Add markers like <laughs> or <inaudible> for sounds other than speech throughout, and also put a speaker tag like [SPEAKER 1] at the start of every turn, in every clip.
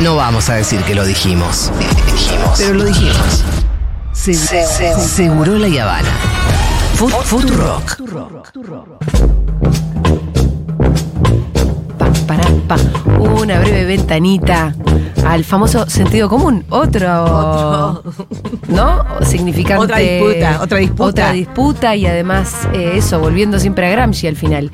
[SPEAKER 1] No vamos a decir que lo dijimos. Dijimos. Pero lo dijimos. Se, se, se- seguro la Habana. Food, food rock.
[SPEAKER 2] Pa, para, pa. Una breve ventanita al famoso sentido común. Otro. ¿No? Significante.
[SPEAKER 3] Otra disputa, otra disputa.
[SPEAKER 2] Otra disputa y además eh, eso, volviendo siempre a Gramsci al final.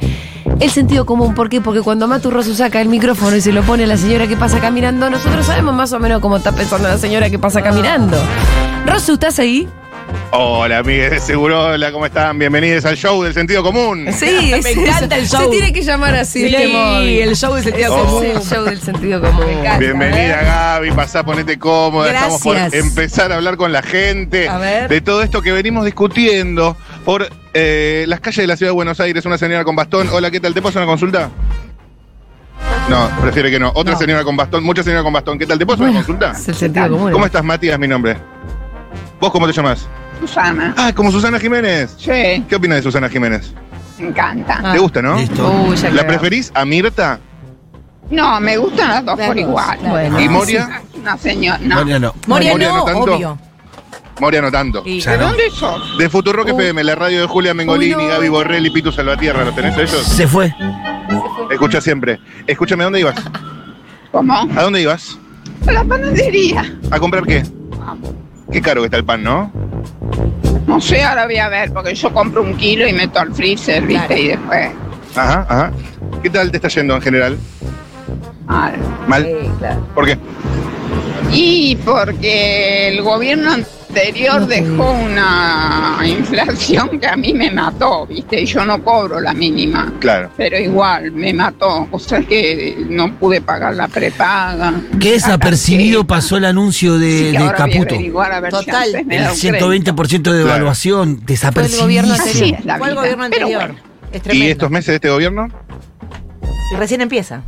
[SPEAKER 2] El sentido común, ¿por qué? Porque cuando Maturroso saca el micrófono y se lo pone a la señora que pasa caminando, nosotros sabemos más o menos cómo está pensando la señora que pasa caminando. Rosu, ¿estás ahí?
[SPEAKER 4] Hola, amigues de Seguro, hola, ¿cómo están? Bienvenidos al show del sentido común.
[SPEAKER 2] Sí,
[SPEAKER 3] <laughs> Me encanta el show.
[SPEAKER 2] Se tiene que llamar así.
[SPEAKER 3] Sí,
[SPEAKER 2] este móvil. Oh.
[SPEAKER 3] el show del sentido
[SPEAKER 2] Ese
[SPEAKER 3] común.
[SPEAKER 2] Es el show del sentido común.
[SPEAKER 4] Bienvenida, Gaby. Pasá, ponete cómoda. Estamos por
[SPEAKER 2] Gracias.
[SPEAKER 4] empezar a hablar con la gente
[SPEAKER 3] A ver.
[SPEAKER 4] de todo esto que venimos discutiendo por eh, las calles de la ciudad de Buenos Aires. Una señora con bastón. Hola, ¿qué tal? ¿Te paso una consulta? No, prefiere que no. Otra
[SPEAKER 2] No.
[SPEAKER 4] señora con bastón. Mucha señora con bastón. ¿Qué tal? ¿Te paso una consulta?
[SPEAKER 2] Es el sentido común.
[SPEAKER 4] ¿Cómo estás, Matías? mi nombre. ¿Vos cómo te llamas?
[SPEAKER 5] Susana.
[SPEAKER 4] Ah, como Susana Jiménez.
[SPEAKER 5] Sí,
[SPEAKER 4] ¿Qué opinas de Susana Jiménez?
[SPEAKER 5] me encanta.
[SPEAKER 2] Ah.
[SPEAKER 4] ¿Te gusta, no?
[SPEAKER 2] Uy, ya
[SPEAKER 4] ¿La
[SPEAKER 2] cagamos.
[SPEAKER 4] preferís a Mirta?
[SPEAKER 5] No, me gustan las dos
[SPEAKER 3] Las
[SPEAKER 5] por
[SPEAKER 3] dos,
[SPEAKER 5] igual.
[SPEAKER 2] Bueno.
[SPEAKER 4] ¿Y Moria?
[SPEAKER 5] Es Una señora. No.
[SPEAKER 6] Moria no.
[SPEAKER 3] Ah, Moria
[SPEAKER 4] Moria
[SPEAKER 3] no,
[SPEAKER 4] no tanto.
[SPEAKER 3] obvio.
[SPEAKER 4] Moria no tanto.
[SPEAKER 3] Y-
[SPEAKER 6] Ya
[SPEAKER 5] ¿De
[SPEAKER 6] no.
[SPEAKER 5] dónde sos?
[SPEAKER 4] De Futurock
[SPEAKER 3] Oh.
[SPEAKER 4] FM, la radio de Julia Mengolini,
[SPEAKER 2] Uy, no.
[SPEAKER 4] Gaby Borrelli, Pitu Salvatierra, ¿los tenés a ellos?
[SPEAKER 6] Se fue.
[SPEAKER 4] Escucha siempre. Escúchame, ¿a dónde ibas?
[SPEAKER 5] ¿Cómo?
[SPEAKER 4] ¿A dónde ibas?
[SPEAKER 5] A la panadería.
[SPEAKER 4] ¿A comprar qué? Qué caro que está el pan, ¿no?
[SPEAKER 5] No sé, ahora voy a ver, porque yo compro un kilo y meto al freezer, ¿viste?
[SPEAKER 3] Claro.
[SPEAKER 5] Y después.
[SPEAKER 4] Ajá, ajá. ¿Qué tal te está yendo en general?
[SPEAKER 5] mal.
[SPEAKER 4] ¿Mal? ¿Por qué?
[SPEAKER 5] Y porque el gobierno anterior dejó una inflación que a mí me mató, ¿viste? Y yo no cobro la mínima.
[SPEAKER 4] Claro.
[SPEAKER 5] Pero igual, me mató. O sea que no pude pagar la prepaga.
[SPEAKER 6] Qué desapercibido
[SPEAKER 5] Sí.
[SPEAKER 6] pasó el anuncio de,
[SPEAKER 5] Ah, Sí, que
[SPEAKER 6] de
[SPEAKER 5] ahora voy a
[SPEAKER 6] Caputo.
[SPEAKER 5] averiguar a ver si
[SPEAKER 3] Total.
[SPEAKER 5] antes me
[SPEAKER 6] El
[SPEAKER 5] da un crédito.
[SPEAKER 6] 120% de evaluación, desapercibido.
[SPEAKER 2] gobierno
[SPEAKER 5] Así es la
[SPEAKER 3] ¿Cuál
[SPEAKER 5] vida.
[SPEAKER 3] gobierno
[SPEAKER 5] Pero
[SPEAKER 3] anterior?
[SPEAKER 5] bueno,
[SPEAKER 3] Es tremendo.
[SPEAKER 4] ¿Y estos meses de este gobierno?
[SPEAKER 3] Y recién empieza.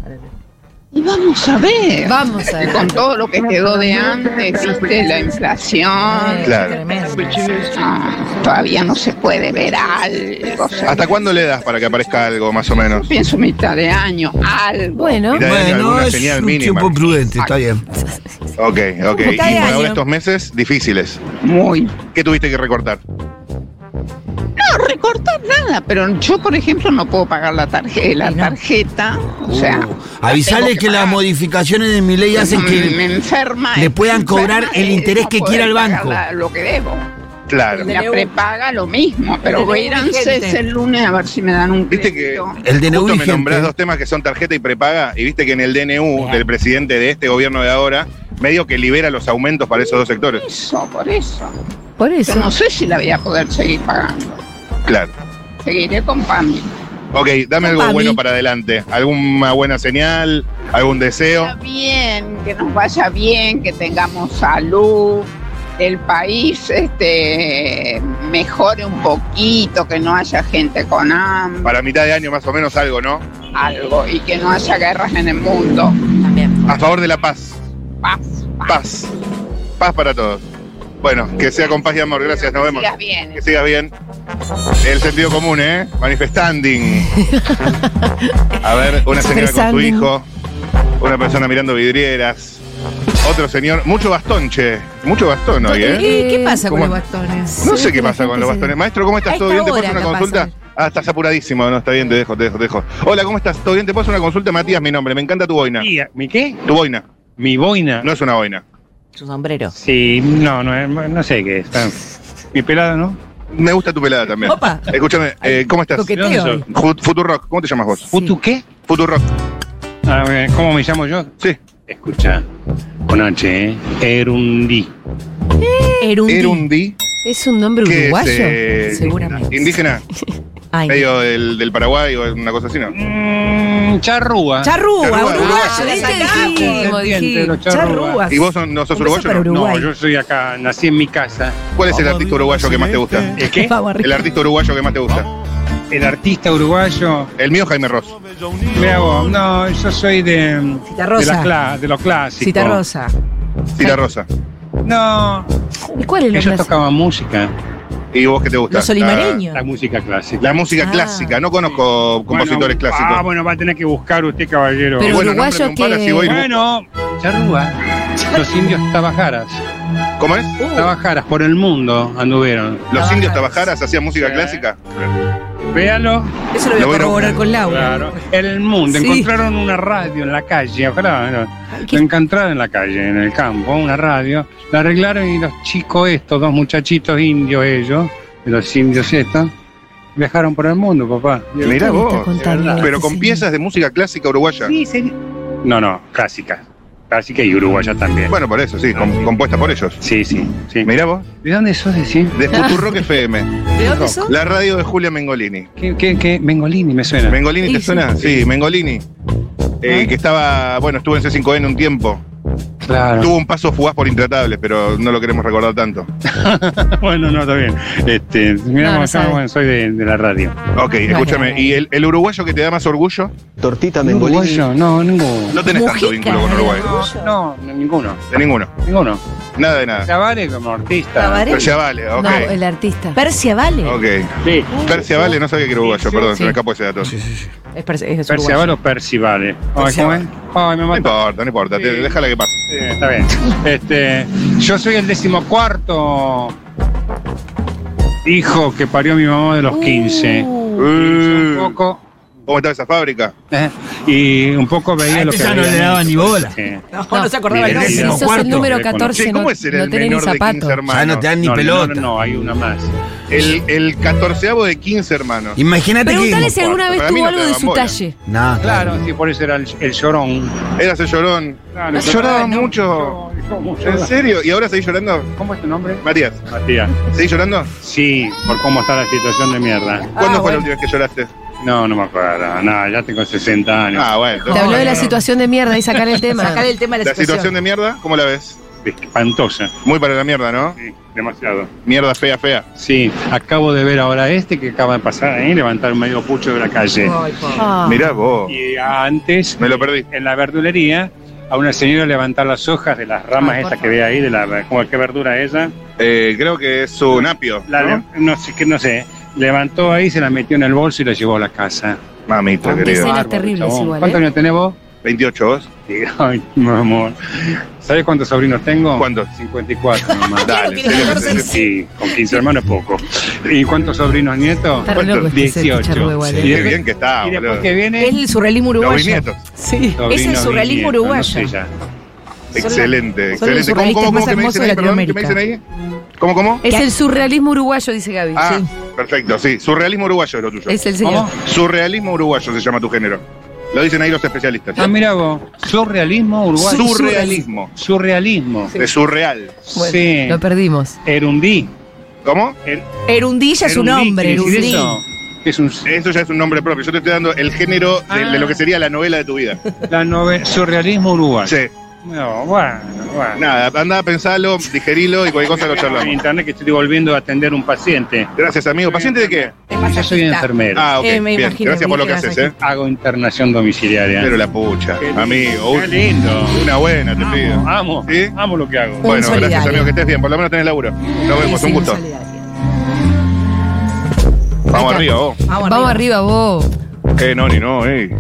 [SPEAKER 5] y vamos a ver.
[SPEAKER 2] Vamos a
[SPEAKER 5] Con todo lo que quedó de antes, ¿viste? la inflación.
[SPEAKER 4] Claro.
[SPEAKER 5] ah, todavía no se puede ver algo. o sea,
[SPEAKER 4] ¿Hasta cuándo le das para que aparezca algo, más o menos?
[SPEAKER 5] pienso mitad de año, algo.
[SPEAKER 2] Bueno,
[SPEAKER 4] Mirá, hay
[SPEAKER 6] Bueno,
[SPEAKER 4] alguna
[SPEAKER 6] es
[SPEAKER 4] señal
[SPEAKER 6] un
[SPEAKER 4] mínima.
[SPEAKER 6] tiempo prudente, está bien.
[SPEAKER 4] Ok, ok. Y por
[SPEAKER 3] Cada año.
[SPEAKER 4] ahora estos meses difíciles.
[SPEAKER 5] muy.
[SPEAKER 4] ¿Qué tuviste que recortar?
[SPEAKER 5] No recortar nada, pero yo, por ejemplo, no puedo pagar la, tarje- la
[SPEAKER 3] Y no.
[SPEAKER 5] tarjeta. O sea,
[SPEAKER 6] Uh, avisale
[SPEAKER 5] tengo que
[SPEAKER 6] que las
[SPEAKER 5] pagar.
[SPEAKER 6] modificaciones de mi ley hacen
[SPEAKER 5] me, me
[SPEAKER 6] que
[SPEAKER 5] enferma.
[SPEAKER 6] le
[SPEAKER 5] eh,
[SPEAKER 6] puedan
[SPEAKER 5] me
[SPEAKER 6] cobrar
[SPEAKER 5] enferma
[SPEAKER 6] el
[SPEAKER 5] de
[SPEAKER 6] interés
[SPEAKER 5] no
[SPEAKER 6] que
[SPEAKER 5] poder
[SPEAKER 6] quiera el
[SPEAKER 5] pagar
[SPEAKER 6] banco.
[SPEAKER 5] la- lo que debo.
[SPEAKER 4] Claro.
[SPEAKER 3] El
[SPEAKER 5] La
[SPEAKER 3] DNU.
[SPEAKER 5] prepaga lo mismo, pero
[SPEAKER 3] El
[SPEAKER 5] voy a ir a
[SPEAKER 3] DNU vigente.
[SPEAKER 5] ANSES el lunes a ver si me dan un
[SPEAKER 4] Viste que
[SPEAKER 5] crédito.
[SPEAKER 6] el DNU
[SPEAKER 4] Justo me
[SPEAKER 6] vigente-
[SPEAKER 4] nombrás dos temas que son tarjeta y prepaga, y viste que en el DNU del presidente de este gobierno de ahora, medio que libera los aumentos para esos dos sectores.
[SPEAKER 5] Eso, por eso.
[SPEAKER 2] por
[SPEAKER 5] Yo
[SPEAKER 2] eso.
[SPEAKER 5] no sé si la voy a poder seguir pagando.
[SPEAKER 4] Claro.
[SPEAKER 5] Seguiré con PAMI.
[SPEAKER 4] Ok, dame algo
[SPEAKER 3] Mami.
[SPEAKER 4] bueno para adelante. ¿Alguna buena señal? ¿Algún deseo?
[SPEAKER 5] Está bien, que nos vaya bien, que tengamos salud, el país este mejore un poquito, que no haya gente con hambre,
[SPEAKER 4] Para mitad de año más o menos algo, ¿no?
[SPEAKER 5] algo, y que no haya guerras en el mundo.
[SPEAKER 3] También.
[SPEAKER 4] A favor de la paz.
[SPEAKER 5] Paz,
[SPEAKER 4] Paz. Paz para todos. Bueno, que sea con paz y amor. Gracias, nos vemos.
[SPEAKER 5] sigas bien.
[SPEAKER 4] Que sigas bien. El sentido común, ¿eh? Manifestanding. A ver, una señora con su
[SPEAKER 2] Expresando.
[SPEAKER 4] hijo, una persona mirando vidrieras, otro señor, mucho bastón, che, mucho bastón hoy, ¿eh?
[SPEAKER 3] ¿Qué, qué pasa con
[SPEAKER 4] ¿Cómo?
[SPEAKER 3] los bastones?
[SPEAKER 4] No sé qué pasa con los bastones. Maestro, ¿cómo
[SPEAKER 3] A
[SPEAKER 4] estás? ¿Todo
[SPEAKER 3] esta
[SPEAKER 4] bien? ¿Te
[SPEAKER 3] hora
[SPEAKER 4] paso una
[SPEAKER 3] capaz
[SPEAKER 4] consulta?
[SPEAKER 3] son.
[SPEAKER 4] Ah, estás apuradísimo, no, está bien, te dejo, te dejo, te dejo. Hola, ¿cómo estás? ¿Todo bien? ¿Te paso una consulta? Matías, mi nombre, me encanta tu boina.
[SPEAKER 7] Sí, ¿Mi qué?
[SPEAKER 4] Tu boina,
[SPEAKER 7] ¿Mi boina?
[SPEAKER 4] no es una boina.
[SPEAKER 3] Su sombrero.
[SPEAKER 7] Sí, no, no, no, sé qué es. Ah, Mi pelada, ¿no?
[SPEAKER 4] Me gusta tu pelada también.
[SPEAKER 3] Opa.
[SPEAKER 4] Escúchame, eh, ¿cómo estás?
[SPEAKER 3] Coqueteo.
[SPEAKER 7] ¿De dónde sos?
[SPEAKER 4] Ju- Futurock, ¿cómo te llamas vos?
[SPEAKER 7] ¿Futu qué?
[SPEAKER 4] Futurock,
[SPEAKER 7] Ah, bueno, ¿Cómo me llamo yo?
[SPEAKER 4] sí.
[SPEAKER 7] Escucha, con H, ¿eh? Erundí.
[SPEAKER 3] Erundi.
[SPEAKER 4] Erundi.
[SPEAKER 2] Es un nombre
[SPEAKER 4] ¿Qué es,
[SPEAKER 2] uruguayo,
[SPEAKER 4] eh,
[SPEAKER 2] seguramente.
[SPEAKER 4] Indígena,
[SPEAKER 3] Ay,
[SPEAKER 4] medio del, del Paraguay o una cosa así, ¿no?
[SPEAKER 7] Mm, charrúa.
[SPEAKER 3] Charrúa,
[SPEAKER 4] Charrúa.
[SPEAKER 3] uruguayo,
[SPEAKER 2] Ah,
[SPEAKER 3] la
[SPEAKER 2] ¿viste?
[SPEAKER 3] sacamos.
[SPEAKER 2] Dijimos,
[SPEAKER 7] Serpiente,
[SPEAKER 2] dijimos.
[SPEAKER 7] los charrúas.
[SPEAKER 4] ¿Y vos son- no sos
[SPEAKER 3] Un beso
[SPEAKER 4] uruguayo?
[SPEAKER 3] para
[SPEAKER 4] no?
[SPEAKER 3] Uruguay.
[SPEAKER 7] No, yo soy acá, nací en mi casa.
[SPEAKER 4] ¿Cuál es el artista uruguayo que más te gusta?
[SPEAKER 7] ¿El qué?
[SPEAKER 3] Vamos arriba.
[SPEAKER 4] El artista uruguayo que más te gusta.
[SPEAKER 7] El artista uruguayo.
[SPEAKER 4] El mío, Jaime Ross.
[SPEAKER 7] Mira vos, no, yo soy de,
[SPEAKER 3] Cita
[SPEAKER 7] de,
[SPEAKER 3] Rosa.
[SPEAKER 7] la cla- de lo clásico.
[SPEAKER 3] Cita Rosa.
[SPEAKER 4] Tira Rosa.
[SPEAKER 7] No,
[SPEAKER 2] ¿Y cuál es
[SPEAKER 7] ellos
[SPEAKER 2] la clase?
[SPEAKER 7] tocaban música,
[SPEAKER 4] ¿Y vos qué te gusta?
[SPEAKER 3] Los olimareños.
[SPEAKER 7] la música clásica.
[SPEAKER 4] La, la música
[SPEAKER 3] Ah.
[SPEAKER 4] clásica. No conozco compositores
[SPEAKER 7] Bueno, Ah,
[SPEAKER 4] clásicos.
[SPEAKER 7] bueno, va a tener que buscar usted, caballero.
[SPEAKER 2] Pero
[SPEAKER 4] bueno,
[SPEAKER 2] uruguayo
[SPEAKER 4] nómbrame un par,
[SPEAKER 2] que-
[SPEAKER 4] así voy.
[SPEAKER 7] bueno, charrúa, los indios tabajaras.
[SPEAKER 4] ¿Cómo es?
[SPEAKER 7] Tabajaras por el mundo anduvieron.
[SPEAKER 4] Los indios Tabajaras hacían música clásica.
[SPEAKER 7] Véalo.
[SPEAKER 8] Eso lo voy
[SPEAKER 4] Lo
[SPEAKER 8] a
[SPEAKER 4] voy a
[SPEAKER 8] corroborar con Laura.
[SPEAKER 7] Claro. En el mundo.
[SPEAKER 8] Sí.
[SPEAKER 7] Encontraron una radio en la calle. Ojalá. no. Lo encontraron en la calle, en el campo, una radio. La arreglaron y los chicos estos, dos muchachitos indios ellos, los indios estos, viajaron por el mundo, papá.
[SPEAKER 4] Mirá vos.
[SPEAKER 7] verdad.
[SPEAKER 4] Pero con piezas de música clásica uruguaya.
[SPEAKER 7] Sí, sí. No, no, clásica. Clásica y uruguaya también.
[SPEAKER 4] Bueno, por eso, sí, com- compuesta por ellos.
[SPEAKER 7] Sí, sí, sí.
[SPEAKER 4] Mirá vos,
[SPEAKER 7] ¿De dónde sos, decir?
[SPEAKER 4] de Futurock FM,
[SPEAKER 8] ¿De dónde son?
[SPEAKER 4] la radio de Julia Mengolini.
[SPEAKER 7] ¿Qué, qué, qué? Mengolini me suena.
[SPEAKER 4] ¿Mengolini te
[SPEAKER 8] Sí,
[SPEAKER 4] suena? Sí, Mengolini. Eh, que estaba, bueno, estuvo en C5N un tiempo.
[SPEAKER 7] claro.
[SPEAKER 4] Tuvo un paso fugaz por Intratables, pero no lo queremos recordar tanto.
[SPEAKER 7] bueno, no, está bien. Este,
[SPEAKER 2] No,
[SPEAKER 7] mirá,
[SPEAKER 2] no
[SPEAKER 7] cómo
[SPEAKER 2] sabe.
[SPEAKER 7] bueno, soy de, de la radio.
[SPEAKER 4] Ok, escúchame, ¿y el, el uruguayo que te da más orgullo?
[SPEAKER 9] Tortita
[SPEAKER 7] ¿Uruguayo? No, ninguno.
[SPEAKER 4] No tenés tanto
[SPEAKER 8] Mujica,
[SPEAKER 4] vínculo con Uruguay.
[SPEAKER 7] No, no, ninguno.
[SPEAKER 4] De ninguno,
[SPEAKER 7] Ninguno.
[SPEAKER 4] nada de nada.
[SPEAKER 7] Chavales como artista.
[SPEAKER 8] Tabaré.
[SPEAKER 4] Pero ya vale, ok.
[SPEAKER 2] No, el artista.
[SPEAKER 3] Persia vale.
[SPEAKER 4] Ok.
[SPEAKER 7] Sí.
[SPEAKER 4] Persia Vale, no sabía que era uruguayo,
[SPEAKER 7] Sí,
[SPEAKER 4] perdón,
[SPEAKER 7] sí.
[SPEAKER 4] se me escapó ese dato.
[SPEAKER 3] Es Persia, es
[SPEAKER 7] Percival
[SPEAKER 3] uruguayo.
[SPEAKER 7] o Percivale. Ay, ¿cómo es?
[SPEAKER 6] Percival.
[SPEAKER 7] Ay, me
[SPEAKER 4] No
[SPEAKER 7] mató.
[SPEAKER 4] importa, no importa, te-
[SPEAKER 7] Sí.
[SPEAKER 4] déjala que pase.
[SPEAKER 7] Sí, está bien. Este, yo soy el decimocuarto hijo que parió mi mamá de los 15. Un
[SPEAKER 4] Uh,
[SPEAKER 7] poco,
[SPEAKER 4] ¿Cómo estaba esa fábrica?
[SPEAKER 7] eh, y un poco veía
[SPEAKER 6] A
[SPEAKER 7] lo
[SPEAKER 6] este
[SPEAKER 7] que
[SPEAKER 6] ya no
[SPEAKER 7] veía.
[SPEAKER 6] le daba ni bola.
[SPEAKER 7] Sí.
[SPEAKER 8] No, no se acordaba el
[SPEAKER 7] Mira,
[SPEAKER 8] nombre.
[SPEAKER 2] Si
[SPEAKER 7] no,
[SPEAKER 2] sos
[SPEAKER 6] cuarto.
[SPEAKER 2] el número
[SPEAKER 7] Te conozco.
[SPEAKER 2] 14,
[SPEAKER 4] Che,
[SPEAKER 2] no,
[SPEAKER 4] ¿cómo es ser
[SPEAKER 2] no
[SPEAKER 4] el
[SPEAKER 2] tenés ni
[SPEAKER 4] menor de 15
[SPEAKER 2] zapato.
[SPEAKER 6] Ya no
[SPEAKER 4] hermanos?
[SPEAKER 6] te dan ni
[SPEAKER 7] No,
[SPEAKER 6] pelota.
[SPEAKER 7] No, no, hay una más.
[SPEAKER 4] El, el catorceavo de 15 hermanos.
[SPEAKER 6] Imagínate
[SPEAKER 2] Preguntale
[SPEAKER 6] que.
[SPEAKER 2] si alguna vez
[SPEAKER 4] Para mí
[SPEAKER 2] tuvo
[SPEAKER 4] no
[SPEAKER 2] algo
[SPEAKER 4] te
[SPEAKER 2] de
[SPEAKER 4] daban
[SPEAKER 2] su
[SPEAKER 4] bola.
[SPEAKER 2] talle.
[SPEAKER 6] No,
[SPEAKER 7] Claro, sí, por eso era el, el llorón.
[SPEAKER 4] Era ese llorón.
[SPEAKER 7] Claro,
[SPEAKER 4] Lloraba
[SPEAKER 7] no,
[SPEAKER 4] mucho.
[SPEAKER 7] no, no,
[SPEAKER 4] ¿En serio? ¿Y ahora seguís llorando?
[SPEAKER 7] ¿Cómo es tu nombre?
[SPEAKER 4] Matías,
[SPEAKER 7] Matías.
[SPEAKER 4] ¿seguís
[SPEAKER 2] Ah,
[SPEAKER 4] llorando?
[SPEAKER 7] Sí, por cómo está la situación de mierda.
[SPEAKER 4] ¿Cuándo fue la última vez que lloraste?
[SPEAKER 7] No, no me acuerdo. No, ya tengo 60 años.
[SPEAKER 4] Ah, bueno.
[SPEAKER 2] Te habló de la
[SPEAKER 4] no, no.
[SPEAKER 2] situación de mierda y sacar el tema.
[SPEAKER 8] Sacar el tema de
[SPEAKER 4] ¿La situación de mierda? ¿Cómo la ves?
[SPEAKER 7] Espantosa.
[SPEAKER 4] Muy para la mierda, ¿no?
[SPEAKER 7] Sí, demasiado.
[SPEAKER 4] Mierda fea, fea.
[SPEAKER 7] Sí, acabo de ver ahora a este que acaba de pasar, ¿eh? levantar un medio pucho de la calle.
[SPEAKER 2] Ah.
[SPEAKER 4] Mirá vos.
[SPEAKER 7] Y antes,
[SPEAKER 4] Me lo perdí.
[SPEAKER 7] en la verdulería, a una señora levantar las hojas de las ramas
[SPEAKER 2] Ay, por
[SPEAKER 7] estas que ve ahí, de la, como qué verdura es esa.
[SPEAKER 4] Eh, creo que es un apio.
[SPEAKER 7] La
[SPEAKER 4] ¿no?
[SPEAKER 7] le- no sé, que no sé, levantó ahí, se la metió en el bolso y la llevó a la casa.
[SPEAKER 4] Mamita,
[SPEAKER 2] Qué
[SPEAKER 4] querido.
[SPEAKER 2] escenas
[SPEAKER 7] Bárbaro,
[SPEAKER 2] terribles
[SPEAKER 7] chabón.
[SPEAKER 2] igual,
[SPEAKER 7] ¿Cuántos
[SPEAKER 2] ¿eh?
[SPEAKER 7] años tenés vos?
[SPEAKER 4] 28 vos.
[SPEAKER 7] Sí, <laughs> Ay, mi amor. ¿Sabés cuántos sobrinos tengo?
[SPEAKER 4] ¿Cuántos? <laughs>
[SPEAKER 7] 54 nomás.
[SPEAKER 4] Dale,
[SPEAKER 8] tiene
[SPEAKER 4] en serio,
[SPEAKER 8] 14
[SPEAKER 4] en serio.
[SPEAKER 7] Sí, con 15 hermanos poco. ¿Y cuántos sobrinos nietos?
[SPEAKER 2] Está re loco este- este
[SPEAKER 7] 18.
[SPEAKER 2] charrúa igual, ¿eh?
[SPEAKER 7] Y
[SPEAKER 4] Qué
[SPEAKER 7] después-
[SPEAKER 4] bien que está,
[SPEAKER 7] Y después
[SPEAKER 4] boludo.
[SPEAKER 7] que viene.
[SPEAKER 8] Es el surrealismo
[SPEAKER 4] Los
[SPEAKER 8] uruguayo.
[SPEAKER 4] bisnietos.
[SPEAKER 8] Sí. Es el
[SPEAKER 7] sobrinos,
[SPEAKER 8] surrealismo
[SPEAKER 7] bisnietos, no
[SPEAKER 8] uruguayo.
[SPEAKER 7] sé ya.
[SPEAKER 4] Excelente,
[SPEAKER 8] son los
[SPEAKER 4] excelente. ¿Cómo, cómo, cómo
[SPEAKER 8] surrealistas más
[SPEAKER 4] que me dicen ahí?
[SPEAKER 8] hermosos
[SPEAKER 4] Perdón,
[SPEAKER 8] de
[SPEAKER 4] ¿qué me dicen ahí? ¿Cómo, cómo?
[SPEAKER 2] Es el surrealismo uruguayo, dice Gaby.
[SPEAKER 4] Ah,
[SPEAKER 2] Eh, Sí.
[SPEAKER 4] perfecto, sí. Surrealismo uruguayo es lo tuyo.
[SPEAKER 2] Es el señor.
[SPEAKER 7] ¿Cómo?
[SPEAKER 4] Surrealismo uruguayo se llama tu género. Lo dicen ahí los especialistas.
[SPEAKER 7] Ah, mira vos. Surrealismo uruguayo.
[SPEAKER 4] Surrealismo.
[SPEAKER 7] Surrealismo.
[SPEAKER 4] De surreal.
[SPEAKER 2] Bueno,
[SPEAKER 7] sí.
[SPEAKER 2] Lo perdimos.
[SPEAKER 7] Erundí.
[SPEAKER 4] ¿Cómo?
[SPEAKER 8] Erundilla Este es un
[SPEAKER 7] Erundí,
[SPEAKER 8] hombre,
[SPEAKER 7] ¿qué decir
[SPEAKER 8] Erundí.
[SPEAKER 7] eso? Es un,
[SPEAKER 4] Eso ya es un nombre propio. Yo te estoy dando el género de, de lo que sería la novela de tu vida.
[SPEAKER 7] la novela, surrealismo uruguayo.
[SPEAKER 4] Sí.
[SPEAKER 7] No, bueno, bueno.
[SPEAKER 4] Nada, anda, pensalo, digerilo y cualquier cosa lo
[SPEAKER 7] En
[SPEAKER 4] charlamos.
[SPEAKER 7] internet que estoy volviendo a atender un paciente.
[SPEAKER 4] Gracias, amigo. ¿Paciente de qué?
[SPEAKER 7] Yo soy enfermero.
[SPEAKER 4] Ah, ok.
[SPEAKER 8] Eh, me
[SPEAKER 4] Bien.
[SPEAKER 8] imagino,
[SPEAKER 4] Gracias por lo que
[SPEAKER 8] viste,
[SPEAKER 4] haces, ¿eh?
[SPEAKER 7] Hago internación domiciliaria.
[SPEAKER 4] Pero la pucha, amigo.
[SPEAKER 7] Qué lindo.
[SPEAKER 4] Una buena, te pido.
[SPEAKER 7] Amo,
[SPEAKER 4] ¿Sí?
[SPEAKER 7] amo lo que hago.
[SPEAKER 4] Bueno, gracias,
[SPEAKER 8] solidario.
[SPEAKER 4] amigo, que estés bien. Por lo menos tenés laburo. Nos vemos, un gusto. Vamos arriba, vos.
[SPEAKER 8] Vamos,
[SPEAKER 2] Vamos
[SPEAKER 8] arriba.
[SPEAKER 2] arriba, vos.
[SPEAKER 4] Eh, no, ni no, eh.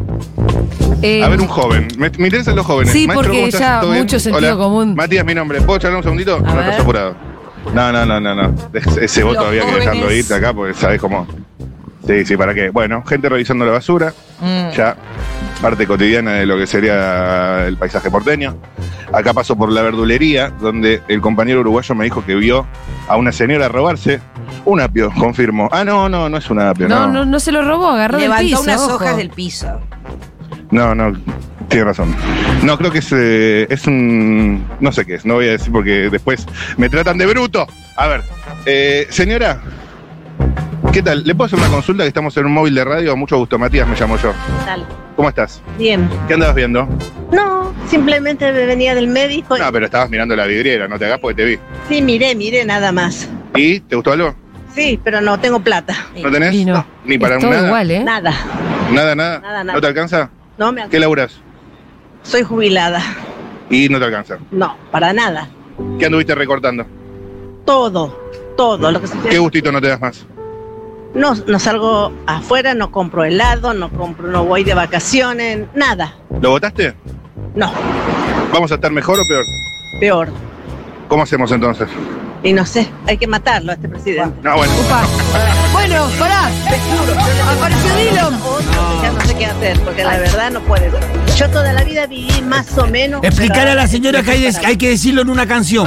[SPEAKER 2] Eh,
[SPEAKER 4] A ver, un joven. Me, me interesan los jóvenes.
[SPEAKER 2] Sí,
[SPEAKER 4] Maestro,
[SPEAKER 2] porque
[SPEAKER 4] ¿cómo estás?
[SPEAKER 2] ya
[SPEAKER 4] ¿Todo bien?
[SPEAKER 2] mucho sentido
[SPEAKER 4] Hola.
[SPEAKER 2] común.
[SPEAKER 4] Matías, mi nombre. ¿Puedo charlar un segundito? no
[SPEAKER 8] ver.
[SPEAKER 4] estás apurado. No, no, no, no, no. Ese, ese vos
[SPEAKER 8] Los
[SPEAKER 4] todavía hay que dejarlo
[SPEAKER 8] jóvenes.
[SPEAKER 4] irte acá porque sabés cómo. Sí, sí, ¿para qué? Bueno, gente revisando la basura.
[SPEAKER 8] Mm.
[SPEAKER 4] Ya, parte cotidiana de lo que sería el paisaje porteño. Acá paso por la verdulería, donde el compañero uruguayo me dijo que vio a una señora robarse un apio, confirmo. Ah, no, no, no es un apio,
[SPEAKER 2] no, no, no se lo robó, agarró del
[SPEAKER 8] Levantó
[SPEAKER 2] piso.
[SPEAKER 8] unas
[SPEAKER 2] ojo.
[SPEAKER 8] hojas del piso.
[SPEAKER 4] No, no, tiene razón. No, creo que es, eh, es un... No sé qué es, no voy a decir porque después me tratan de bruto. A ver, eh, señora, ¿qué tal? ¿Le puedo hacer una consulta que estamos en un móvil de radio? Mucho gusto, Matías me llamo yo.
[SPEAKER 10] Dale.
[SPEAKER 4] ¿Cómo estás?
[SPEAKER 10] Bien.
[SPEAKER 4] ¿Qué andabas viendo?
[SPEAKER 10] No, simplemente me venía del médico. y-
[SPEAKER 4] No, pero estabas mirando la vidriera, no te hagas porque te vi.
[SPEAKER 10] Sí, miré, miré nada más.
[SPEAKER 4] ¿Y? ¿Te gustó algo?
[SPEAKER 10] Sí, pero no tengo plata.
[SPEAKER 4] ¿No tenés? Ah,
[SPEAKER 2] Y no.
[SPEAKER 4] Ni para
[SPEAKER 2] es todo
[SPEAKER 4] nada.
[SPEAKER 2] igual, ¿eh?
[SPEAKER 10] Nada.
[SPEAKER 4] Nada, nada.
[SPEAKER 10] Nada, nada.
[SPEAKER 4] ¿No te alcanza?
[SPEAKER 10] No me
[SPEAKER 4] ¿Qué laburas?
[SPEAKER 10] alcanza. Soy jubilada.
[SPEAKER 4] Y no te alcanza.
[SPEAKER 10] No, para nada.
[SPEAKER 4] ¿Qué anduviste recortando?
[SPEAKER 10] Todo, todo lo que se
[SPEAKER 4] ¿Qué gustito no te das más?
[SPEAKER 10] No, no salgo afuera, no compro helado, no compro, no voy de vacaciones, nada.
[SPEAKER 4] ¿Lo votaste?
[SPEAKER 10] No,
[SPEAKER 4] ¿Vamos a estar mejor o peor?
[SPEAKER 10] Peor.
[SPEAKER 4] ¿Cómo hacemos entonces?
[SPEAKER 10] Y no sé, hay que matarlo a este presidente.
[SPEAKER 4] No, bueno.
[SPEAKER 2] Upa. Bueno, pará. Apareció Dylan.
[SPEAKER 10] Ya no sé qué hacer, porque la verdad no puede ser. Yo toda la vida viví más o menos.
[SPEAKER 6] Explicar
[SPEAKER 10] pero
[SPEAKER 6] a la señora que hay, des- hay que decirlo en una canción.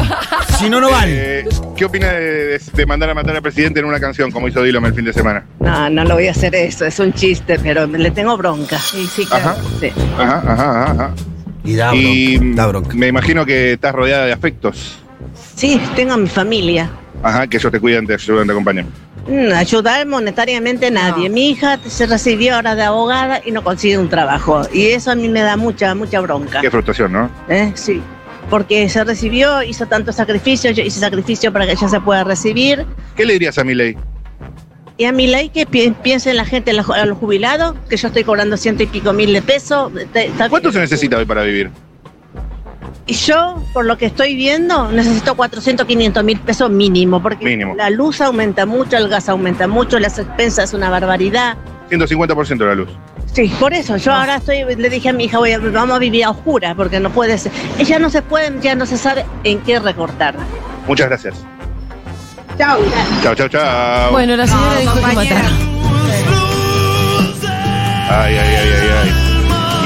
[SPEAKER 6] Si no, no vale.
[SPEAKER 4] Eh, ¿Qué opina de, de- de mandar a matar al presidente en una canción como hizo Dylan el fin de semana?
[SPEAKER 10] No, no lo voy a hacer eso, es un chiste, pero le tengo bronca.
[SPEAKER 8] Sí, sí, claro.
[SPEAKER 4] Ajá.
[SPEAKER 10] Sí.
[SPEAKER 4] Ajá, ajá, ajá. ajá.
[SPEAKER 6] Y da bronca.
[SPEAKER 4] y
[SPEAKER 6] da bronca.
[SPEAKER 4] me imagino que estás rodeada de afectos.
[SPEAKER 10] Sí, tengo a mi familia.
[SPEAKER 4] Ajá, que ellos te cuidan, te ayudan, te acompañan.
[SPEAKER 10] Mm, Ayudar monetariamente nadie. Mi hija se recibió ahora de abogada y no consigue un trabajo. Y eso a mí me da mucha, mucha bronca.
[SPEAKER 4] Qué frustración, ¿no?
[SPEAKER 10] ¿eh? Sí. Porque se recibió, hizo tanto sacrificio, yo hice sacrificio para que ella se pueda recibir.
[SPEAKER 4] ¿Qué le dirías a mi ley?
[SPEAKER 10] Y a mi ley que pi- piense en la gente, en los, en los jubilados, que yo estoy cobrando ciento y pico mil de pesos. Te- está-
[SPEAKER 4] ¿Cuánto se necesita hoy para vivir?
[SPEAKER 10] Y yo, por lo que estoy viendo, necesito 400, 500 mil pesos mínimo, porque
[SPEAKER 4] Mínimo.
[SPEAKER 10] la luz aumenta mucho, el gas aumenta mucho, las expensas es una barbaridad.
[SPEAKER 4] 150% de la luz.
[SPEAKER 10] Sí, por eso
[SPEAKER 11] Ah.
[SPEAKER 10] yo ahora estoy, le dije a mi hija, voy a- vamos a vivir a oscuras, porque no puede ser. Ella no se puede, ya no se sabe en qué recortar.
[SPEAKER 4] Muchas gracias.
[SPEAKER 5] Chau.
[SPEAKER 4] Chao, chao, chao.
[SPEAKER 2] Bueno, la señora dijo que matar.
[SPEAKER 4] Ay, ay, ay, ay, ay.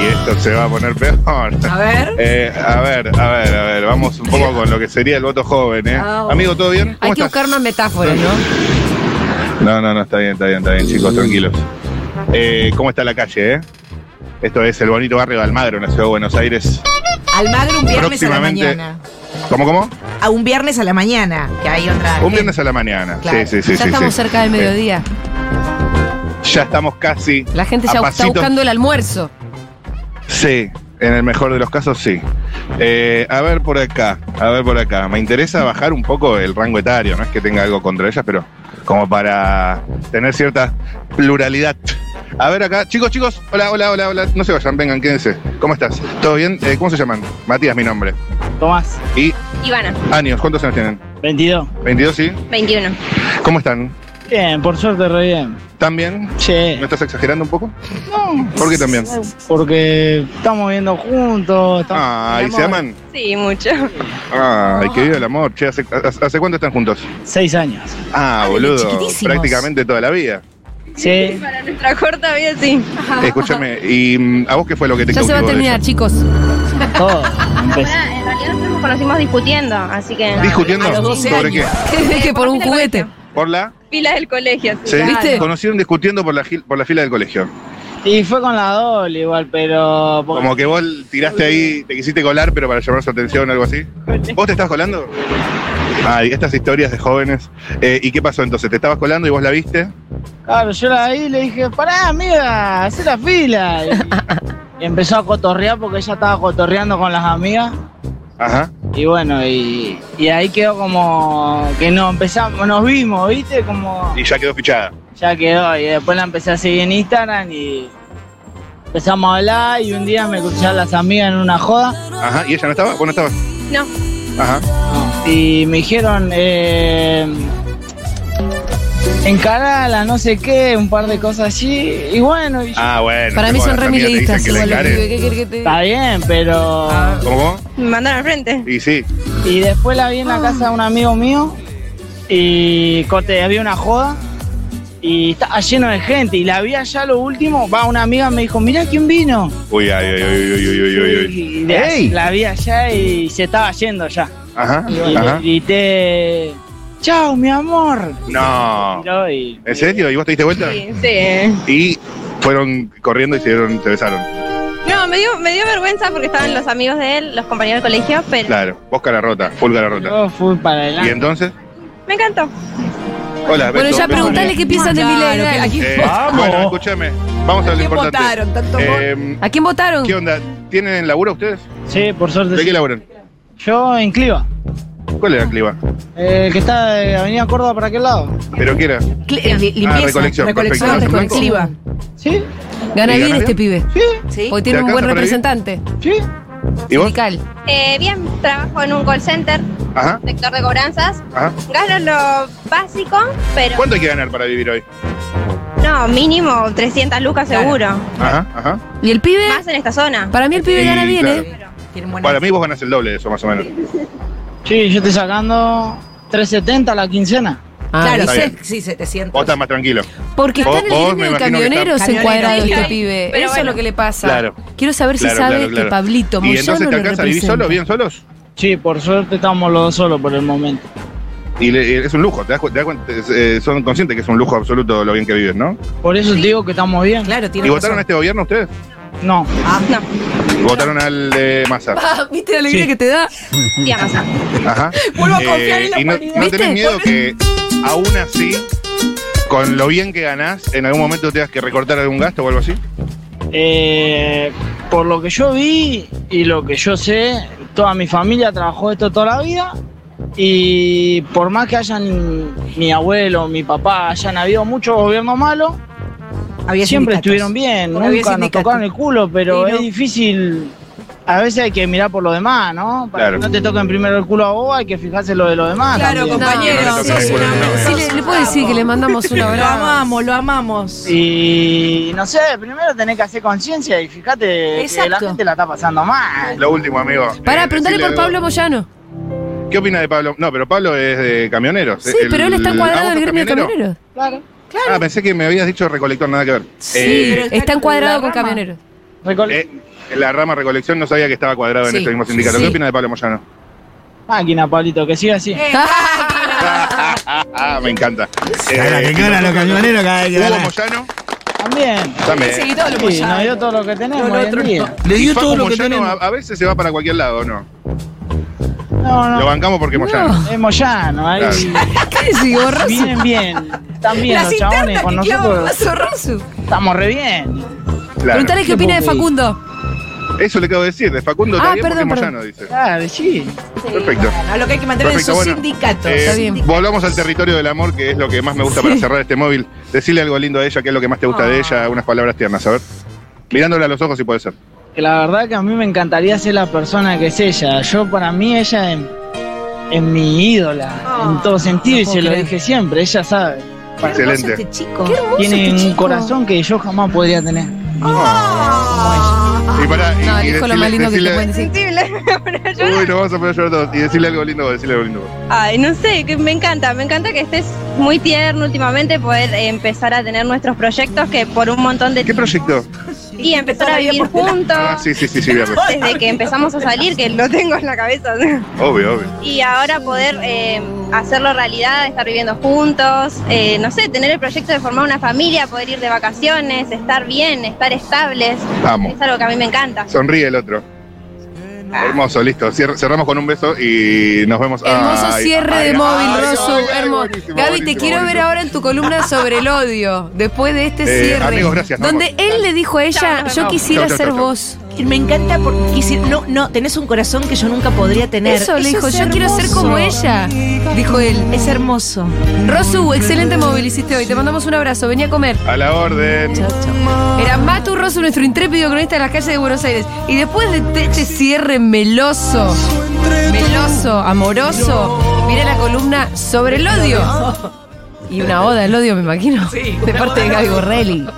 [SPEAKER 4] Y esto se va a poner peor.
[SPEAKER 8] A ver.
[SPEAKER 4] Eh, a ver, a ver, a ver, vamos un poco con lo que sería el voto joven, ¿eh?
[SPEAKER 2] Ah,
[SPEAKER 4] Amigo, ¿todo bien?
[SPEAKER 2] Hay
[SPEAKER 4] ¿Cómo
[SPEAKER 2] que
[SPEAKER 4] estás?
[SPEAKER 2] buscar más metáforas, ¿no?
[SPEAKER 4] No, no, no, está bien, está bien, está bien, chicos, tranquilos. Eh, ¿Cómo está la calle, eh? Esto es el bonito barrio de Almagro, en la ciudad de Buenos Aires.
[SPEAKER 8] Almagro un viernes a la
[SPEAKER 4] Próximamente.
[SPEAKER 8] mañana.
[SPEAKER 4] ¿Cómo, cómo?
[SPEAKER 8] A un viernes a la mañana, que hay otra.
[SPEAKER 4] Un viernes a la mañana.
[SPEAKER 8] Claro.
[SPEAKER 4] Sí, sí, sí.
[SPEAKER 2] Ya
[SPEAKER 4] sí,
[SPEAKER 2] estamos
[SPEAKER 4] sí.
[SPEAKER 2] cerca del mediodía.
[SPEAKER 4] Eh, ya estamos casi.
[SPEAKER 2] La gente
[SPEAKER 4] a
[SPEAKER 2] ya está
[SPEAKER 4] pasitos-
[SPEAKER 2] buscando el almuerzo.
[SPEAKER 4] Sí, en el mejor de los casos sí. Eh, a ver por acá, a ver por acá. Me interesa bajar un poco el rango etario, no es que tenga algo contra ellas, pero como para tener cierta pluralidad. A ver acá, chicos, chicos, hola, hola, hola, hola, no se vayan, vengan, quédense. ¿Cómo estás? ¿Todo bien? Eh, ¿Cómo se llaman? Matías, mi nombre.
[SPEAKER 7] Tomás,
[SPEAKER 4] Y
[SPEAKER 11] Ivana,
[SPEAKER 4] años, ¿cuántos años tienen?
[SPEAKER 7] 22.
[SPEAKER 4] 22, sí.
[SPEAKER 11] 21.
[SPEAKER 4] ¿Cómo están?
[SPEAKER 7] Bien, por suerte re bien.
[SPEAKER 4] ¿Están bien?
[SPEAKER 7] Che,
[SPEAKER 4] ¿Me estás exagerando un poco? No. ¿Por qué también?
[SPEAKER 7] porque estamos viendo juntos. estamos-
[SPEAKER 4] Ay,
[SPEAKER 7] tenemos
[SPEAKER 4] ¿se aman?
[SPEAKER 11] Sí, mucho.
[SPEAKER 4] Ay, qué viva el amor. Che, ¿hace, hace- hace cuánto están juntos?
[SPEAKER 7] Seis años.
[SPEAKER 4] Ah,
[SPEAKER 2] Ah, desde
[SPEAKER 4] boludo,
[SPEAKER 2] chiquitísimos.
[SPEAKER 4] prácticamente toda la vida.
[SPEAKER 7] Sí,
[SPEAKER 11] Para nuestra corta vida, sí.
[SPEAKER 4] Escúchame, ¿y mm, a vos qué fue lo que te
[SPEAKER 2] Ya se va a
[SPEAKER 4] cautivó de
[SPEAKER 2] terminar,
[SPEAKER 4] ellos?
[SPEAKER 2] chicos. <laughs>
[SPEAKER 7] todo. Empezó.
[SPEAKER 11] En realidad nosotros nos conocimos discutiendo, así que.
[SPEAKER 4] ¿Discutiendo?
[SPEAKER 8] A los 12
[SPEAKER 4] ¿Sobre
[SPEAKER 8] años.
[SPEAKER 4] qué?
[SPEAKER 2] Es que por un juguete.
[SPEAKER 4] ¿Por la?
[SPEAKER 11] Pilas del colegio.
[SPEAKER 4] ¿Se
[SPEAKER 2] ¿Viste?
[SPEAKER 4] conocieron discutiendo por la, gil- por la fila del colegio?
[SPEAKER 7] Y fue con la doble igual, pero. porque-
[SPEAKER 4] Como que vos tiraste ahí, te quisiste colar, pero para llamar su atención o algo así. ¿Vos te estás colando? Ay, estas historias de jóvenes. Eh, ¿Y qué pasó entonces? ¿Te estabas colando y vos la viste?
[SPEAKER 7] Claro, yo la vi y le dije, pará, amiga, hacé la fila. Y, <laughs> y empezó a cotorrear porque ella estaba cotorreando con las amigas.
[SPEAKER 4] Ajá.
[SPEAKER 7] Y bueno, y, y ahí quedó como que no empezamos, nos vimos, ¿viste? Como.
[SPEAKER 4] Y ya quedó fichada.
[SPEAKER 7] Ya quedó, y después la empecé a seguir en Instagram y empezamos a hablar y un día me escucharon las amigas en una joda
[SPEAKER 4] Ajá. ¿Y ella no estaba? ¿Vos no estabas?
[SPEAKER 11] No.
[SPEAKER 4] Ajá.
[SPEAKER 7] y me dijeron, eh, encarala, no sé qué, un par de cosas así, y bueno, y yo,
[SPEAKER 4] Ah, bueno.
[SPEAKER 2] Para
[SPEAKER 4] te
[SPEAKER 2] mí son
[SPEAKER 4] jodas, amiga, te
[SPEAKER 2] remileístas.
[SPEAKER 4] dicen que
[SPEAKER 2] igual
[SPEAKER 4] la
[SPEAKER 2] los
[SPEAKER 4] encaré.
[SPEAKER 2] pibes. ¿Qué querés que te diga?
[SPEAKER 7] está bien, pero...
[SPEAKER 4] ¿Cómo?
[SPEAKER 11] Me mandaron al frente.
[SPEAKER 4] Y sí.
[SPEAKER 7] Y después la vi en la casa de un amigo mío y corte, había una joda y estaba lleno de gente y la vi allá lo último, va, una amiga me dijo, mirá quién vino.
[SPEAKER 4] Uy, ay, ay, ay, uy, uy, uy, uy, uy.
[SPEAKER 7] Y de-
[SPEAKER 4] ¡Ey!
[SPEAKER 7] La vi allá y se estaba yendo ya.
[SPEAKER 4] Ajá,
[SPEAKER 7] Y bueno,
[SPEAKER 4] ajá.
[SPEAKER 7] le grité, chao, mi amor.
[SPEAKER 4] No.
[SPEAKER 7] Miró y-
[SPEAKER 4] ¿En serio? ¿Y vos te diste vuelta?
[SPEAKER 11] Sí, sí.
[SPEAKER 4] Y fueron corriendo y se dieron, se besaron.
[SPEAKER 11] No, me dio, me dio vergüenza porque estaban los amigos de él, los compañeros del colegio, pero
[SPEAKER 4] Claro, vos cara rota, full cara rota.
[SPEAKER 7] Yo fui para
[SPEAKER 4] ¿Y
[SPEAKER 7] adelante.
[SPEAKER 4] entonces?
[SPEAKER 11] me encantó.
[SPEAKER 4] Hola,
[SPEAKER 2] Bueno,
[SPEAKER 4] Beto,
[SPEAKER 2] ya
[SPEAKER 4] Beto,
[SPEAKER 2] preguntale
[SPEAKER 4] María.
[SPEAKER 2] qué piensan de
[SPEAKER 8] Claro,
[SPEAKER 2] Milei.
[SPEAKER 8] que-
[SPEAKER 2] dale.
[SPEAKER 8] aquí-
[SPEAKER 4] Eh, bueno, escúchame, vamos a lo
[SPEAKER 8] ¿Qué
[SPEAKER 4] importante.
[SPEAKER 8] votaron? Tanto voto.
[SPEAKER 4] Eh,
[SPEAKER 2] ¿A quién votaron?
[SPEAKER 4] ¿Qué onda? ¿Tienen laburo ustedes?
[SPEAKER 7] Sí, por
[SPEAKER 4] ¿De
[SPEAKER 7] suerte.
[SPEAKER 4] qué
[SPEAKER 7] sí.
[SPEAKER 4] laburan?
[SPEAKER 7] Yo en Cliva,
[SPEAKER 4] ¿Cuál era Cliva?
[SPEAKER 7] el Eh, que está de Avenida Córdoba para aquel lado.
[SPEAKER 4] ¿Pero qué era?
[SPEAKER 8] Cli- eh, li-
[SPEAKER 4] Ah,
[SPEAKER 8] limpieza,
[SPEAKER 4] recolección,
[SPEAKER 8] recolección,
[SPEAKER 4] perfecto.
[SPEAKER 8] recolectiva.
[SPEAKER 7] ¿Sí?
[SPEAKER 2] Gana
[SPEAKER 4] ¿Y
[SPEAKER 2] bien
[SPEAKER 4] gana
[SPEAKER 2] este pibe.
[SPEAKER 7] ¿Sí?
[SPEAKER 8] Sí.
[SPEAKER 2] Porque tiene
[SPEAKER 4] ¿Te
[SPEAKER 2] un buen
[SPEAKER 4] alcanza para vivir?
[SPEAKER 2] representante.
[SPEAKER 7] ¿Sí?
[SPEAKER 4] ¿Y vos?
[SPEAKER 2] Sindical.
[SPEAKER 11] Eh, bien, trabajo en un call center,
[SPEAKER 4] Ajá,
[SPEAKER 11] sector de cobranzas.
[SPEAKER 4] ajá.
[SPEAKER 11] Gano lo básico, pero
[SPEAKER 4] ¿Cuánto hay que ganar para vivir hoy?
[SPEAKER 11] no, mínimo 300 lucas seguro.
[SPEAKER 4] Ajá, ajá.
[SPEAKER 2] ¿Y el pibe?
[SPEAKER 11] Más en esta zona.
[SPEAKER 2] Para mí el pibe
[SPEAKER 4] Y,
[SPEAKER 2] gana bien,
[SPEAKER 4] claro.
[SPEAKER 2] ¿eh?
[SPEAKER 8] Tienen buena.
[SPEAKER 4] Para mí vos ganás el doble de eso, más o menos.
[SPEAKER 7] Sí, yo estoy sacando 370 la quincena.
[SPEAKER 8] claro,
[SPEAKER 4] está
[SPEAKER 8] sí,
[SPEAKER 4] bien.
[SPEAKER 8] sí, 700.
[SPEAKER 4] Vos estás más tranquilo.
[SPEAKER 2] Porque está
[SPEAKER 4] Vos-
[SPEAKER 2] en el
[SPEAKER 4] vos
[SPEAKER 2] gremio
[SPEAKER 4] me
[SPEAKER 2] de
[SPEAKER 4] imagino que está-
[SPEAKER 2] camioneros
[SPEAKER 8] está-
[SPEAKER 2] encuadrado
[SPEAKER 8] Camionero,
[SPEAKER 2] este
[SPEAKER 8] sí.
[SPEAKER 2] pibe.
[SPEAKER 10] Pero
[SPEAKER 2] Eso es
[SPEAKER 10] bueno.
[SPEAKER 2] lo que le pasa.
[SPEAKER 4] Claro.
[SPEAKER 2] Quiero saber si
[SPEAKER 4] Claro,
[SPEAKER 2] sabe
[SPEAKER 4] claro, claro.
[SPEAKER 2] que Pablito
[SPEAKER 4] ¿Y
[SPEAKER 2] Moyano
[SPEAKER 4] entonces te
[SPEAKER 2] lo
[SPEAKER 4] alcanza a vivir
[SPEAKER 2] representa.
[SPEAKER 4] solo, bien solos?
[SPEAKER 7] Sí, por suerte estamos los dos solos por el momento.
[SPEAKER 4] Y le- eh, es un lujo, te das, cu- te das cuenta, es, eh, son conscientes que es un lujo absoluto lo bien que vives, ¿no?
[SPEAKER 7] Por eso te digo que estamos bien.
[SPEAKER 8] Claro,
[SPEAKER 4] ¿Y
[SPEAKER 8] tiene
[SPEAKER 4] votaron este? a este gobierno ustedes?
[SPEAKER 7] No.
[SPEAKER 8] Ah,
[SPEAKER 10] No,
[SPEAKER 4] Votaron al de Massa.
[SPEAKER 2] Ah, ¿Viste la alegría que te da?
[SPEAKER 10] tía masa.
[SPEAKER 4] Ajá. Eh,
[SPEAKER 8] Vuelvo a confiar en la
[SPEAKER 4] y no,
[SPEAKER 8] humanidad.
[SPEAKER 4] no
[SPEAKER 2] ¿Viste?
[SPEAKER 4] tenés miedo que aún así, con lo bien que ganás, en algún momento tengas que recortar algún gasto o algo así?
[SPEAKER 7] Eh, por lo que yo vi y lo que yo sé, toda mi familia trabajó esto toda la vida. Y por más que hayan mi abuelo, mi papá, hayan habido muchos gobiernos malos,
[SPEAKER 8] Había
[SPEAKER 7] siempre
[SPEAKER 8] sindicatos.
[SPEAKER 7] estuvieron bien.
[SPEAKER 8] Porque había
[SPEAKER 7] Nunca nos
[SPEAKER 8] sindicatos.
[SPEAKER 7] tocaron el culo, pero
[SPEAKER 8] Sí, no.
[SPEAKER 7] es difícil. A veces hay que mirar por los demás, ¿no? Para
[SPEAKER 4] Claro.
[SPEAKER 7] que no te toquen primero el culo a vos, hay que fijarse lo de los demás.
[SPEAKER 8] Claro,
[SPEAKER 7] también.
[SPEAKER 8] compañero.
[SPEAKER 4] No, no, no,
[SPEAKER 8] sos
[SPEAKER 4] no,
[SPEAKER 8] un
[SPEAKER 4] no, no,
[SPEAKER 8] amor,
[SPEAKER 4] no,
[SPEAKER 2] Sí,
[SPEAKER 8] sos
[SPEAKER 2] le,
[SPEAKER 8] un
[SPEAKER 2] le puedo decir
[SPEAKER 8] capo.
[SPEAKER 2] que le mandamos un
[SPEAKER 8] Lo
[SPEAKER 2] abrazo.
[SPEAKER 8] amamos, lo amamos.
[SPEAKER 7] Y no sé, primero tenés que hacer conciencia y fíjate que la
[SPEAKER 8] Exacto.
[SPEAKER 7] gente la está pasando mal.
[SPEAKER 4] Lo último, amigo.
[SPEAKER 2] Pará,
[SPEAKER 4] Eh,
[SPEAKER 2] preguntale
[SPEAKER 4] decirle
[SPEAKER 2] por
[SPEAKER 4] algo.
[SPEAKER 2] Pablo Moyano.
[SPEAKER 4] ¿Qué opina de Pablo? No, pero Pablo es de camioneros.
[SPEAKER 2] Sí, pero él está encuadrado en el gremio de camioneros.
[SPEAKER 7] Claro.
[SPEAKER 4] Ah, pensé que me habías dicho recolector, nada que ver.
[SPEAKER 2] Sí,
[SPEAKER 4] Eh,
[SPEAKER 8] pero está
[SPEAKER 2] está
[SPEAKER 8] con
[SPEAKER 2] encuadrado
[SPEAKER 8] la
[SPEAKER 2] con
[SPEAKER 8] rama.
[SPEAKER 2] camioneros.
[SPEAKER 7] Recol-
[SPEAKER 4] eh, la rama recolección no sabía que estaba cuadrado
[SPEAKER 2] Sí,
[SPEAKER 4] en este mismo sindicato.
[SPEAKER 2] sí.
[SPEAKER 4] ¿Qué opina de Pablo Moyano? <laughs>
[SPEAKER 7] Máquina, Pablito, que siga así.
[SPEAKER 4] Ah, me encanta. Eh,
[SPEAKER 6] Cara, que cara los camioneros cada vez que
[SPEAKER 4] Hugo
[SPEAKER 6] ganan.
[SPEAKER 4] Moyano
[SPEAKER 7] También.
[SPEAKER 4] también.
[SPEAKER 8] Sí, todo lo
[SPEAKER 7] Sí, nos
[SPEAKER 8] apoyaba.
[SPEAKER 7] dio todo lo que tenemos
[SPEAKER 8] Lo
[SPEAKER 7] hoy en
[SPEAKER 8] otro
[SPEAKER 7] día.
[SPEAKER 6] Le
[SPEAKER 4] Y
[SPEAKER 6] dio
[SPEAKER 4] Facu
[SPEAKER 6] todo lo que
[SPEAKER 4] Moyano
[SPEAKER 6] tenemos.
[SPEAKER 4] A, a veces se va para cualquier lado, ¿no?
[SPEAKER 7] No, no.
[SPEAKER 4] Lo bancamos porque Moyano.
[SPEAKER 7] Es Moyano, ahí.
[SPEAKER 2] ¿Qué decís, borroso?
[SPEAKER 7] Vienen bien. Están bien
[SPEAKER 8] Las
[SPEAKER 7] los chabones
[SPEAKER 8] internas
[SPEAKER 7] con
[SPEAKER 8] que clavan
[SPEAKER 7] nosotros.
[SPEAKER 8] más zorroso.
[SPEAKER 7] Estamos re
[SPEAKER 4] Claro.
[SPEAKER 7] bien.
[SPEAKER 2] Preguntale qué
[SPEAKER 7] ¿Qué
[SPEAKER 2] opina de
[SPEAKER 7] podés?
[SPEAKER 2] Facundo.
[SPEAKER 4] Eso le acabo de decir. De Facundo
[SPEAKER 2] Ah,
[SPEAKER 4] está bien
[SPEAKER 2] perdón,
[SPEAKER 4] porque
[SPEAKER 2] perdón.
[SPEAKER 4] Moyano, dice.
[SPEAKER 7] Claro, sí.
[SPEAKER 4] Perfecto.
[SPEAKER 8] A lo que hay que mantener en
[SPEAKER 4] Perfecto,
[SPEAKER 8] sus
[SPEAKER 4] bueno.
[SPEAKER 8] sindicatos.
[SPEAKER 4] Eh,
[SPEAKER 2] Está bien.
[SPEAKER 4] volvamos al territorio del amor, que es lo que más me gusta para cerrar este móvil. Decirle algo lindo a ella, qué es lo que más te gusta
[SPEAKER 2] Ah.
[SPEAKER 4] de ella, unas palabras tiernas, a ver. Mirándole a los ojos si puede ser.
[SPEAKER 7] Que la verdad que a mí me encantaría ser la persona que es ella. Yo, para mí, ella es, es mi ídola. en todo sentido,
[SPEAKER 2] Ah. no
[SPEAKER 7] y
[SPEAKER 2] puedo
[SPEAKER 7] se lo
[SPEAKER 2] creer.
[SPEAKER 7] dije siempre. Ella sabe.
[SPEAKER 4] Excelente.
[SPEAKER 8] Este chico.
[SPEAKER 7] Tiene
[SPEAKER 2] este
[SPEAKER 7] un
[SPEAKER 2] chico.
[SPEAKER 7] corazón que yo jamás podría tener.
[SPEAKER 4] Y pará, y-
[SPEAKER 2] No,
[SPEAKER 4] y
[SPEAKER 2] dijo lo
[SPEAKER 4] decirle-
[SPEAKER 2] más lindo que te
[SPEAKER 4] decirle-
[SPEAKER 2] pueden decir.
[SPEAKER 10] Sensible. Pero yo
[SPEAKER 4] Uy, nos vamos a poner a llorar todos. Y decirle algo lindo, decirle algo lindo.
[SPEAKER 10] Ay, no sé, que me encanta, me encanta que estés muy tierno últimamente, poder eh, empezar a tener nuestros proyectos que por un montón de
[SPEAKER 4] ¿Qué
[SPEAKER 10] tiempo
[SPEAKER 4] proyecto?
[SPEAKER 10] y empezar a
[SPEAKER 8] Toda la vida
[SPEAKER 10] vivir
[SPEAKER 8] por
[SPEAKER 10] juntos.
[SPEAKER 4] Ah, sí, sí, sí, sí, viernes.
[SPEAKER 10] Desde que empezamos a salir, que lo tengo en la cabeza.
[SPEAKER 4] Obvio, obvio.
[SPEAKER 10] Y ahora poder eh, hacerlo realidad, estar viviendo juntos, eh, no sé, tener el proyecto de formar una familia, poder ir de vacacionnes, estar bien, estar estables.
[SPEAKER 4] Vamos.
[SPEAKER 10] Es algo que a mí me encanta. Ah.
[SPEAKER 4] Sonríe el otro. Hermoso, listo. Cier- cerramos con un beso y nos vemos.
[SPEAKER 2] Hermoso
[SPEAKER 4] Ay,
[SPEAKER 2] cierre
[SPEAKER 4] ay,
[SPEAKER 2] de móvil,
[SPEAKER 4] ay, ay,
[SPEAKER 2] Rosu.
[SPEAKER 4] ay,
[SPEAKER 2] Hermoso.
[SPEAKER 4] buenísimo,
[SPEAKER 2] Gaby, te
[SPEAKER 4] buenísimo,
[SPEAKER 2] quiero ver
[SPEAKER 4] buenísimo.
[SPEAKER 2] ahora en tu columna sobre el odio. Después de este
[SPEAKER 4] Eh,
[SPEAKER 2] cierre.
[SPEAKER 4] amigos, gracias, nos
[SPEAKER 2] Donde
[SPEAKER 4] vamos.
[SPEAKER 2] él le dijo a
[SPEAKER 10] Chao,
[SPEAKER 2] ella:
[SPEAKER 10] nos
[SPEAKER 2] Yo
[SPEAKER 10] vemos.
[SPEAKER 2] quisiera
[SPEAKER 4] Chao, chao,
[SPEAKER 2] ser
[SPEAKER 4] chao, chao.
[SPEAKER 2] vos.
[SPEAKER 8] Y Me encanta porque quisi- no, no, tenés un corazón que yo nunca podría tener.
[SPEAKER 2] Eso le dijo:
[SPEAKER 8] es
[SPEAKER 2] Yo quiero ser
[SPEAKER 8] hermoso.
[SPEAKER 2] como ella. Dijo él.
[SPEAKER 8] Es hermoso.
[SPEAKER 2] Rosu, excelente móvil hiciste hoy. Te mandamos un abrazo. Vení a comer.
[SPEAKER 4] A la orden.
[SPEAKER 8] Chao, chao.
[SPEAKER 2] Era Matu Rosu, nuestro intrépido cronista de las calles de Buenos Aires. Y después de este cierre meloso, meloso, amoroso, viene la columna sobre el odio. Y una oda al odio, me imagino. de parte de Gaby Borrelli.